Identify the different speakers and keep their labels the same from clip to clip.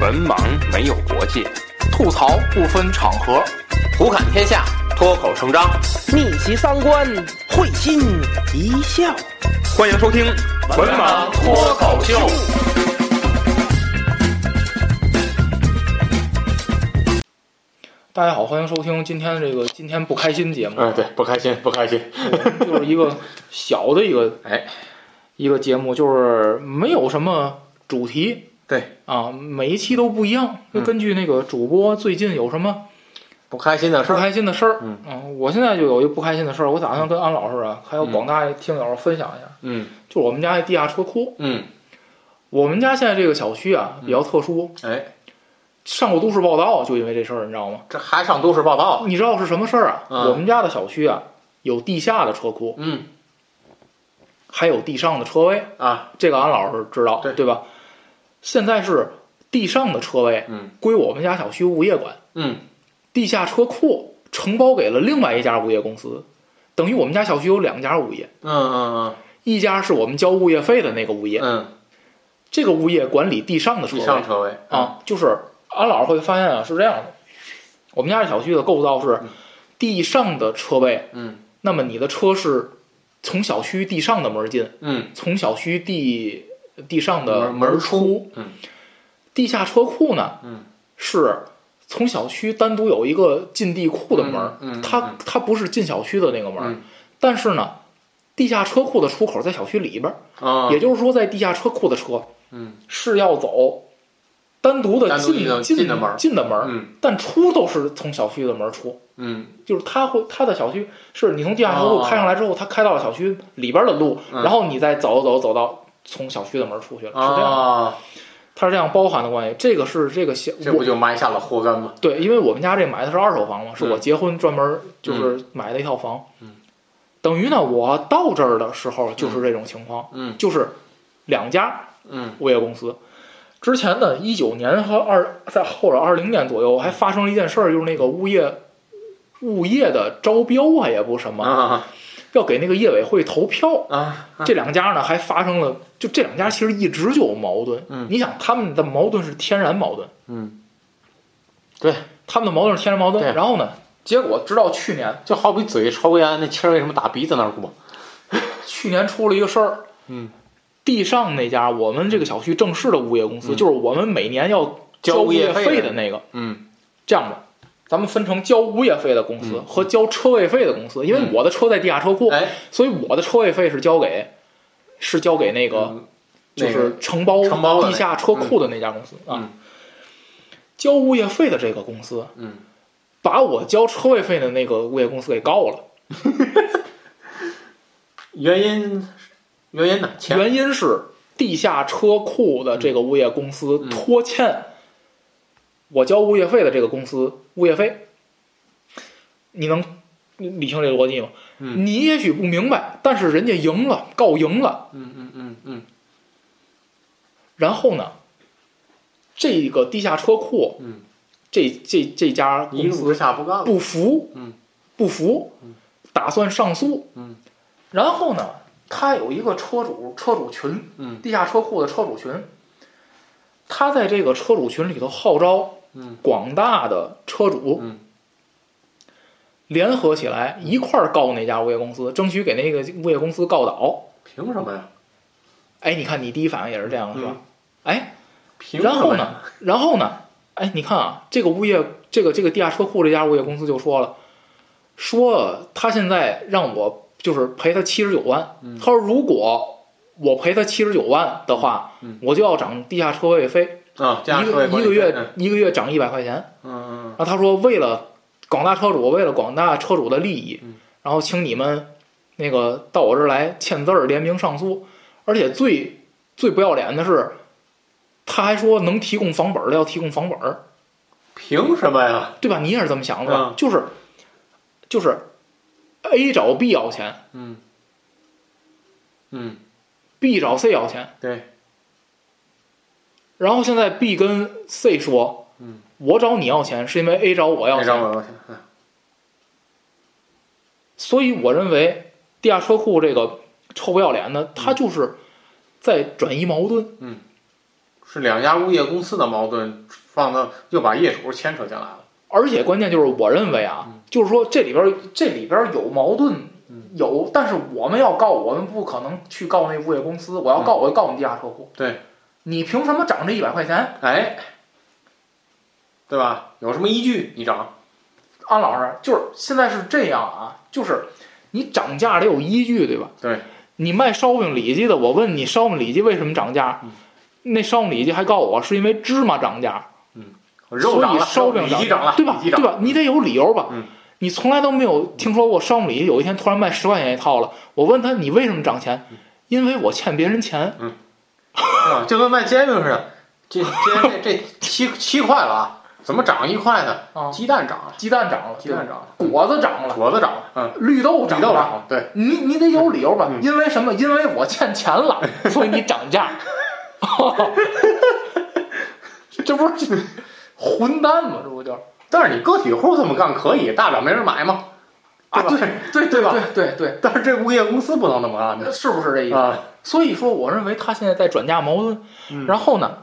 Speaker 1: 文盲没有国界，吐槽不分场合，胡侃天下，脱口成章。
Speaker 2: 逆袭三观，会心一笑。
Speaker 1: 欢迎收听《文盲脱口秀》。
Speaker 3: 大家好，欢迎收听今天这个今天不开心节目，
Speaker 1: 嗯，对，不开心，不开心。
Speaker 3: 就是一个小的 一个
Speaker 1: 哎，
Speaker 3: 一个节目，就是没有什么主题
Speaker 1: 对，
Speaker 3: 啊，每一期都不一样，就
Speaker 1: 嗯
Speaker 3: 根据那个主播最近有什么
Speaker 1: 不开心的事
Speaker 3: 不
Speaker 1: 儿。
Speaker 3: 开心的事儿。啊
Speaker 1: 嗯
Speaker 3: 我现在就有一不开心的事儿，我打算跟安老师啊，还有广大听友分享一下，
Speaker 1: 嗯
Speaker 3: 就是我们家的地下车库。
Speaker 1: 嗯，
Speaker 3: 我们家现在这个小区啊比较特殊，
Speaker 1: 哎，
Speaker 3: 上过都市报道，就因为这事儿，你知道吗？
Speaker 1: 这还上都市报道。
Speaker 3: 哦你知道是什么事儿啊？
Speaker 1: 嗯
Speaker 3: 我们家的小区啊有地下的车库，
Speaker 1: 嗯
Speaker 3: 还有地上的车位。
Speaker 1: 啊，
Speaker 3: 这个安老师知道，
Speaker 1: 对
Speaker 3: 吧？现在是地上的车位
Speaker 1: 嗯
Speaker 3: 归我们家小区物业管，
Speaker 1: 嗯，
Speaker 3: 地下车库承包给了另外一家物业公司，等于我们家小区有两家物业，
Speaker 1: 嗯嗯
Speaker 3: 一家是我们交物业费的那个物业，
Speaker 1: 嗯
Speaker 3: 这个物业管理地上的
Speaker 1: 嗯，
Speaker 3: 车
Speaker 1: 地
Speaker 3: 位
Speaker 1: 上车位。
Speaker 3: 啊，就是安老师会发现啊，是这样的，我们家这小区的构造是
Speaker 1: 嗯
Speaker 3: 地上的车位，
Speaker 1: 嗯
Speaker 3: 那么你的车是从小区地上的门进，
Speaker 1: 嗯
Speaker 3: 从小区地地上的
Speaker 1: 门门
Speaker 3: 出，
Speaker 1: 嗯，
Speaker 3: 地下车库呢，
Speaker 1: 嗯，
Speaker 3: 是从小区单独有一个进地库的门儿，
Speaker 1: 嗯嗯嗯
Speaker 3: 它它不是进小区的那个门儿，
Speaker 1: 嗯
Speaker 3: 但是呢，地下车库的出口在小区里边儿，
Speaker 1: 啊，
Speaker 3: 也就是说，在地下车库的车
Speaker 1: 嗯
Speaker 3: 是要走单独的
Speaker 1: 单独一
Speaker 3: 进
Speaker 1: 个进
Speaker 3: 进
Speaker 1: 的门儿
Speaker 3: 进的门儿，
Speaker 1: 嗯
Speaker 3: 但出都是从小区的门儿出，
Speaker 1: 嗯
Speaker 3: 就是他会他的小区是你从地下车库
Speaker 1: 哦
Speaker 3: 开上来之后，他开到了小区里边的路，
Speaker 1: 嗯
Speaker 3: 然后你再走走走到从小区的门出去了，是这样，
Speaker 1: 啊，
Speaker 3: 它是这样包含的关系。这个是这个小
Speaker 1: 这不
Speaker 3: 我
Speaker 1: 就埋下了祸根吗？
Speaker 3: 对，因为我们家这买的是二手房嘛，是我
Speaker 1: 嗯
Speaker 3: 结婚专门就是买的一套房，
Speaker 1: 嗯
Speaker 3: 等于呢我到这儿的时候就是这种情况，
Speaker 1: 嗯
Speaker 3: 就是两家
Speaker 1: 嗯
Speaker 3: 物业公司。之前呢，一九年和二在或者二零年左右还发生了一件事儿，就是那个物业物业的招标啊，也不什么，
Speaker 1: 啊
Speaker 3: 要给那个业委会投票。
Speaker 1: 啊，
Speaker 3: 这两家呢还发生了，就这两家其实一直就有矛盾。
Speaker 1: 嗯
Speaker 3: 你想他们的矛盾是天然矛盾，
Speaker 1: 嗯，
Speaker 3: 他们的矛盾是天然矛
Speaker 1: 对
Speaker 3: 盾。然后呢，结果直到去年，
Speaker 1: 就好比嘴抽烟，那气儿为什么打鼻子那儿过？
Speaker 3: 去年出了一个事儿，
Speaker 1: 嗯，
Speaker 3: 地上那家我们这个小区正式的物业公司，
Speaker 1: 嗯
Speaker 3: 就是我们每年要
Speaker 1: 交
Speaker 3: 物
Speaker 1: 物业
Speaker 3: 费
Speaker 1: 费
Speaker 3: 的那个，
Speaker 1: 嗯
Speaker 3: 这样吧。咱们分成交物业费的公司
Speaker 1: 嗯
Speaker 3: 和交车位费的公司，因为
Speaker 1: 嗯
Speaker 3: 我的车在地下车库，
Speaker 1: 哎，
Speaker 3: 所以我的车位费是交给是交给那个
Speaker 1: 嗯
Speaker 3: 就
Speaker 1: 那个
Speaker 3: 是承包
Speaker 1: 承包的那
Speaker 3: 地下车库的那家公司
Speaker 1: 嗯
Speaker 3: 啊，交物业费的这个公司，
Speaker 1: 嗯，
Speaker 3: 把我交车位费的那个物业公司给告了。
Speaker 1: 原因原因呢？钱
Speaker 3: 原因是地下车库的这个物业公司
Speaker 1: 嗯
Speaker 3: 拖欠我交物业费的这个公司物业费。你能理清这个逻辑吗？
Speaker 1: 嗯
Speaker 3: 你也许不明白，但是人家赢了，告赢了，
Speaker 1: 嗯嗯嗯嗯
Speaker 3: 然后呢，这个地下车库，
Speaker 1: 嗯，
Speaker 3: 这这这家
Speaker 1: 一
Speaker 3: 公
Speaker 1: 怒
Speaker 3: 司
Speaker 1: 之下不干了。
Speaker 3: 不服，
Speaker 1: 嗯，
Speaker 3: 不服，打算上诉，
Speaker 1: 嗯，
Speaker 3: 然后呢，他有一个车主车主群，
Speaker 1: 嗯
Speaker 3: 地下车库的车主群，他在这个车主群里头号召
Speaker 1: 嗯
Speaker 3: 广大的车主，
Speaker 1: 嗯
Speaker 3: 联合起来一块儿告那家物业公司，争取给那个物业公司告倒。
Speaker 1: 凭什么呀？
Speaker 3: 哎，你看你第一反应也是这样，是吧？
Speaker 1: 嗯
Speaker 3: 哎，
Speaker 1: 凭
Speaker 3: 然
Speaker 1: 什
Speaker 3: 后
Speaker 1: 么
Speaker 3: 呢
Speaker 1: 呀？，
Speaker 3: 然后呢，哎，你看啊，这个物业，这个这个地下车库这家物业公司就说了，说他现在让我就是赔他七十九万，
Speaker 1: 嗯
Speaker 3: 他说如果我赔他七十九万的话，
Speaker 1: 嗯
Speaker 3: 我就要涨地下车位费，
Speaker 1: 啊，这样
Speaker 3: 一
Speaker 1: 说
Speaker 3: 个
Speaker 1: 也不
Speaker 3: 一个
Speaker 1: 理
Speaker 3: 月、
Speaker 1: 解嗯
Speaker 3: 一个月涨一百块钱。
Speaker 1: 嗯嗯
Speaker 3: 然后他说为了广大车主，为了广大车主的利益
Speaker 1: 嗯，
Speaker 3: 然后请你们那个到我这儿来签字儿联名上诉，而且最最不要脸的是，他还说能提供房本儿的要提供房本儿，
Speaker 1: 凭什么呀？
Speaker 3: 对吧？你也是这么想的吧
Speaker 1: 嗯？
Speaker 3: 就是就是 A 找 B 要钱
Speaker 1: 嗯嗯，
Speaker 3: ，B 找 C 要钱，
Speaker 1: 对，
Speaker 3: 然后现在 B 跟 C 说
Speaker 1: 嗯，
Speaker 3: 我找你要钱是因为 A 找我
Speaker 4: 哎
Speaker 3: 要
Speaker 1: 那张
Speaker 3: 钱，
Speaker 1: 我要钱。嗯
Speaker 3: 所以我认为地下车
Speaker 4: 嗯
Speaker 3: 库这个臭不要脸的，他就是在转移矛盾。
Speaker 1: 嗯，
Speaker 4: 是两家物业公司的矛盾，放到又把业主牵扯进来了。
Speaker 3: 而且关键就是，我认为啊，
Speaker 4: 嗯
Speaker 3: 就是说这里边儿这里边儿有矛盾
Speaker 4: 嗯，
Speaker 3: 有，但是我们要告，我们不可能去告那物业公司，我要告，我就告你地下车库。
Speaker 4: 嗯对，
Speaker 3: 你凭什么涨这一百块钱？
Speaker 4: 哎，对吧？有什么依据？你涨？
Speaker 3: 安老师，就是现在是这样啊，就是你涨价得有依据，对吧？
Speaker 4: 对，
Speaker 3: 你卖烧饼里脊的，我问你烧饼里脊为什么涨价
Speaker 4: 嗯？
Speaker 3: 那烧饼里脊还告我是因为芝麻涨价，
Speaker 4: 肉涨了，
Speaker 3: 所以烧饼
Speaker 4: 里脊涨了，
Speaker 3: 对
Speaker 4: 里
Speaker 3: 吧？
Speaker 4: 脊
Speaker 3: 对
Speaker 4: 涨了
Speaker 3: 吧？你得有理由吧？
Speaker 4: 嗯
Speaker 3: 你从来都没有听说过烧饼里有一天突然卖十块钱一套了。我问他你为什么涨钱
Speaker 4: 嗯，
Speaker 3: 因为我欠别人钱。
Speaker 4: 对吧？就跟卖煎饼似的，这这这这七七块了啊，怎么涨一块呢？
Speaker 3: 啊
Speaker 4: 鸡蛋涨了，
Speaker 3: 鸡蛋涨了，
Speaker 4: 鸡蛋涨了，
Speaker 3: 对吧果子涨了，
Speaker 4: 果子涨了，嗯，
Speaker 3: 绿豆
Speaker 4: 绿
Speaker 3: 涨
Speaker 4: 豆
Speaker 3: 了。
Speaker 4: 涨了，对，
Speaker 3: 你你得有理由吧？
Speaker 4: 嗯
Speaker 3: 因为什么？因为我欠钱了，所以你涨 价。这不是混蛋吗？这不就是
Speaker 4: 但是你个体户这么干可以，大不了没人买嘛，
Speaker 3: 啊？
Speaker 4: 对吧？
Speaker 3: 对对对
Speaker 4: 对吧
Speaker 3: 对对对
Speaker 4: 但是这物业公司不能那么干
Speaker 3: 对，是不是这意
Speaker 4: 的
Speaker 3: 思？
Speaker 4: 啊，
Speaker 3: 所以说，我认为他现在在转嫁矛盾。
Speaker 4: 嗯
Speaker 3: 然后呢，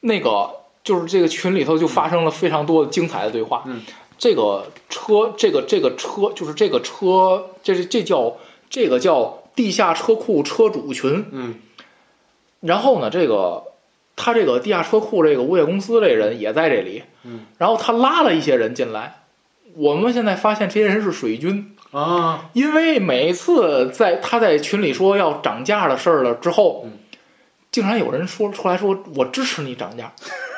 Speaker 3: 那个就是这个群里头就发生了非常多的精彩的对话。
Speaker 4: 嗯，
Speaker 3: 这个车，这个这个车，就是这个车，这是这叫这个叫地下车库车主群。
Speaker 4: 嗯
Speaker 3: 然后呢，这个他这个地下车库这个物业公司这人也在这里。
Speaker 4: 嗯，
Speaker 3: 然后他拉了一些人进来。我们现在发现这些人是水军，
Speaker 4: 啊，
Speaker 3: 因为每次在他在群里说要涨价的事儿了之后，
Speaker 4: 嗯
Speaker 3: 竟然有人说出来说我支持你涨价。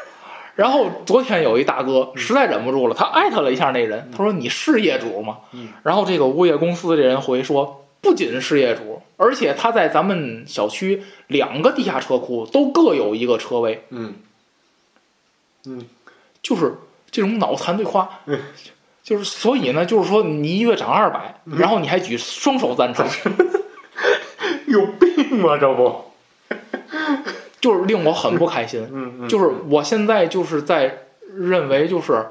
Speaker 3: 然后昨天有一大哥
Speaker 4: 嗯
Speaker 3: 实在忍不住了，他艾特了一下那人，他说你是业主吗？
Speaker 4: 嗯
Speaker 3: 然后这个物业公司这人回说，不仅是业主，而且他在咱们小区两个地下车库都各有一个车位，
Speaker 4: 嗯
Speaker 3: 就是这种脑残对话
Speaker 4: 嗯。
Speaker 3: 就是所以呢，就是说你一月涨二百，
Speaker 4: 嗯
Speaker 3: 然后你还举双手赞成，
Speaker 4: 有病吧这不？
Speaker 3: 就是令我很不开心。
Speaker 4: 嗯嗯，
Speaker 3: 就是我现在就是在认为，就是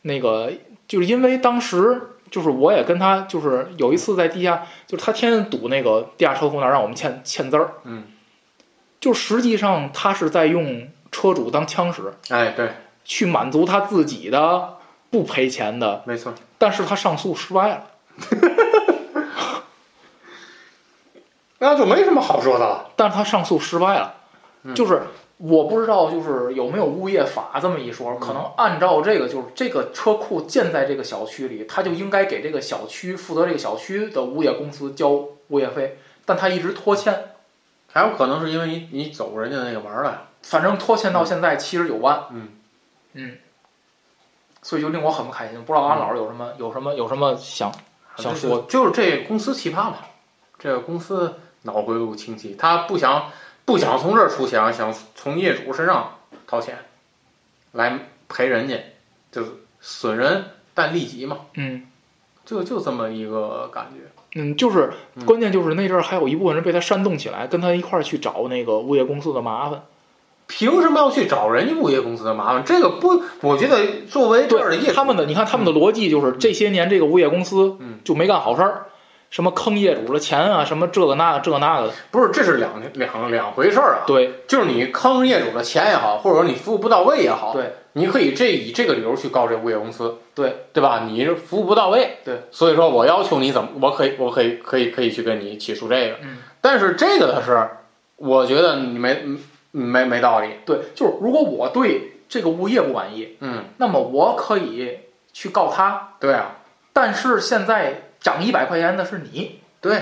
Speaker 3: 那个，就是因为当时就是我也跟他就是有一次在地下，就是他天天堵那个地下车库那儿让我们签签字儿，
Speaker 4: 嗯，
Speaker 3: 就实际上他是在用车主当枪使，
Speaker 4: 哎对，
Speaker 3: 去满足他自己的不赔钱的，
Speaker 4: 没错，
Speaker 3: 但是他上诉失败了，
Speaker 4: 那就没什么好说的了。
Speaker 3: 但是他上诉失败了，
Speaker 4: 嗯
Speaker 3: 就是。我不知道，就是有没有物业法这么一说，可能按照这个，就是这个车库建在这个小区里，他就应该给这个小区负责这个小区的物业公司交物业费，但他一直拖欠，
Speaker 4: 还有可能是因为你你走人家那个门儿了，
Speaker 3: 反正拖欠到现在七十九万，
Speaker 4: 嗯
Speaker 3: 嗯，所以就令我很不开心，不知道安老师有什
Speaker 4: 嗯
Speaker 3: 么有什么有什么想想说
Speaker 4: 就是这公司奇葩嘛，这个公司脑回路清晰，他不想不想从这儿出钱，想从业主身上掏钱来赔人家，就是损人但利己嘛，
Speaker 3: 嗯
Speaker 4: 就就这么一个感觉。
Speaker 3: 嗯，就是
Speaker 4: 嗯
Speaker 3: 关键就是那阵儿还有一部分人被他煽动起来，跟他一块儿去找那个物业公司的麻烦，
Speaker 4: 凭什么要去找人家物业公司的麻烦？这个不，我觉得作为这儿的业
Speaker 3: 对，
Speaker 4: 主，
Speaker 3: 他们的你看他们的逻辑就是这些年这个物业公司
Speaker 4: 嗯
Speaker 3: 就没干好事儿，什么坑业主的钱啊，什么这个那个这个那个的，
Speaker 4: 不是，这是两两两回事儿啊。
Speaker 3: 对
Speaker 4: 就是你坑业主的钱也好，或者说你服务不到位也好，
Speaker 3: 对，
Speaker 4: 你可以这以这个理由去告这物业公司，
Speaker 3: 对
Speaker 4: 对吧？你是服务不到位，
Speaker 3: 对，
Speaker 4: 所以说我要求你怎么，我可以，我可以，可以，可以去跟你起诉这个，
Speaker 3: 嗯，
Speaker 4: 但是这个的事儿，我觉得你没没没道理，
Speaker 3: 对，就是如果我对这个物业不满意，
Speaker 4: 嗯，
Speaker 3: 那么我可以去告他，
Speaker 4: 对啊，
Speaker 3: 但是现在涨一百块钱的是你，
Speaker 4: 对，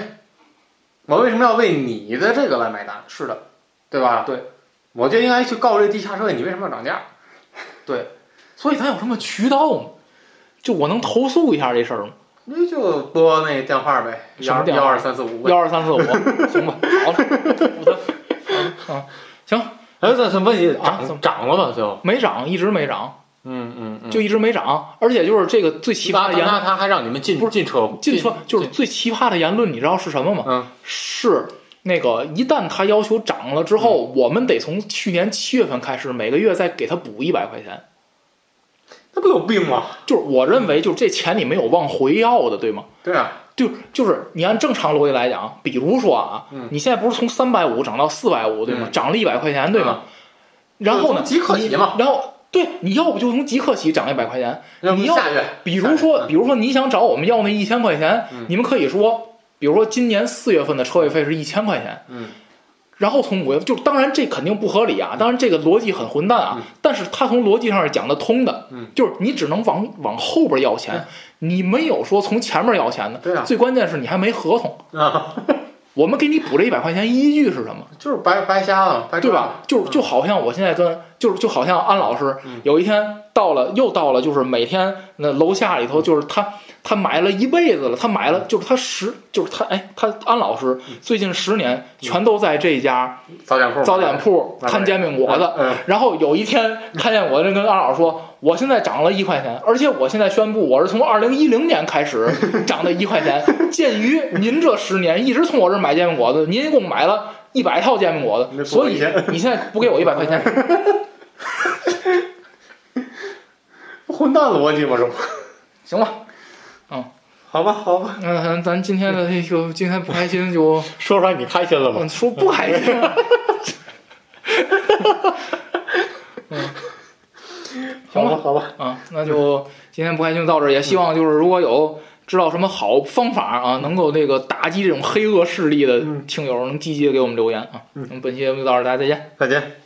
Speaker 4: 我为什么要为你的这个来买单，
Speaker 3: 是的，
Speaker 4: 对吧？
Speaker 3: 对，
Speaker 4: 我就应该去告这地下车位，你为什么要涨价？
Speaker 3: 所以咱有什么渠道吗？就我能投诉一下这事儿吗？
Speaker 4: 那就拨那电话呗，
Speaker 3: 什么
Speaker 4: 幺
Speaker 3: 电
Speaker 4: 幺
Speaker 3: 话
Speaker 4: 二三四五
Speaker 3: 幺二三 四五，行吧，好了，嗯
Speaker 4: 哎，这这问题
Speaker 3: 啊
Speaker 4: 涨
Speaker 3: 怎么
Speaker 4: 涨了吧？最后，
Speaker 3: 没涨，一直没涨，
Speaker 4: 嗯嗯嗯，
Speaker 3: 就一直没涨，而且就是这个最奇葩
Speaker 4: 那
Speaker 3: 的言论
Speaker 4: 那他还让你们进
Speaker 3: 不是
Speaker 4: 进车库
Speaker 3: 进车就是
Speaker 4: 进
Speaker 3: 最奇葩的言论，你知道是什么吗？
Speaker 4: 嗯
Speaker 3: 是那个一旦他要求涨了之
Speaker 4: 嗯
Speaker 3: 后，我们得从去年七月份开始，每个月再给他补一百块钱。
Speaker 4: 那不有病吗？
Speaker 3: 就是我认
Speaker 4: 嗯
Speaker 3: 为，就是这钱你没有往回要的，对吗？
Speaker 4: 对啊，
Speaker 3: 就就是你按正常逻辑来讲，比如说啊，
Speaker 4: 嗯
Speaker 3: 你现在不是从三百五涨到四百五，对吗？
Speaker 4: 嗯
Speaker 3: 涨了一百块钱，对吗？然后呢，
Speaker 4: 就从即刻
Speaker 3: 你
Speaker 4: 起嘛
Speaker 3: 然后对，你要不就从即刻起涨一百块钱，
Speaker 4: 要不
Speaker 3: 你要
Speaker 4: 下月，
Speaker 3: 比如说，
Speaker 4: 下月
Speaker 3: 比如说你想找我们要那一千块钱，
Speaker 4: 嗯
Speaker 3: 你们可以说，比如说今年四月份的车位费是一千块钱，
Speaker 4: 嗯，
Speaker 3: 然后从五月，就当然这肯定不合理啊，当然这个逻辑很混蛋啊，
Speaker 4: 嗯
Speaker 3: 但是它从逻辑上是讲得通的，
Speaker 4: 嗯，
Speaker 3: 就是你只能往往后边要钱，你没有说从前面要钱的，
Speaker 4: 对啊
Speaker 3: 最关键是你还没合同，
Speaker 4: 嗯啊，
Speaker 3: 我们给你补这一百块钱依据是什么？
Speaker 4: 就是白白瞎了，白
Speaker 3: 对
Speaker 4: 赚
Speaker 3: 吧
Speaker 4: 了？
Speaker 3: 就是就好像我现在跟就是就好像安老师
Speaker 4: 嗯
Speaker 3: 有一天到了又到了，就是每天那楼下
Speaker 4: 嗯
Speaker 3: 里头就是他他买了一辈子了，他买了就是他十就是他哎他安老师
Speaker 4: 嗯
Speaker 3: 最近十年全都在这家
Speaker 4: 早点铺，
Speaker 3: 早点铺
Speaker 4: 嗯
Speaker 3: 摊煎饼果子。
Speaker 4: 嗯，
Speaker 3: 然后有一天看见我就跟安老师说，我现在涨了一块钱， 而且我现在宣布我是从二零一零年开始涨的一块钱。鉴于您这十年一直从我这儿买煎饼果子，您一共买了一百套煎饼果
Speaker 4: 嗯
Speaker 3: 子，所以你现在不给我一百块钱，
Speaker 4: 混蛋逻辑嘛，这不
Speaker 3: 行吧？
Speaker 4: 好吧，好吧，
Speaker 3: 嗯、咱今天的这个今天不开心就
Speaker 5: 说出来你开心了吗？
Speaker 3: 嗯说不开心啊。嗯，
Speaker 5: 好
Speaker 3: 行
Speaker 5: 吧，
Speaker 3: 吧，
Speaker 5: 好吧，
Speaker 3: 啊，那就嗯今天不开心就到这儿，也希望就是如果有知道什么好方法啊，能够那个打击这种黑恶势力的
Speaker 5: 嗯
Speaker 3: 听友，能积极的给我们留言啊。
Speaker 5: 嗯，
Speaker 3: 本期节目就到这儿，大家再见。
Speaker 4: 再见。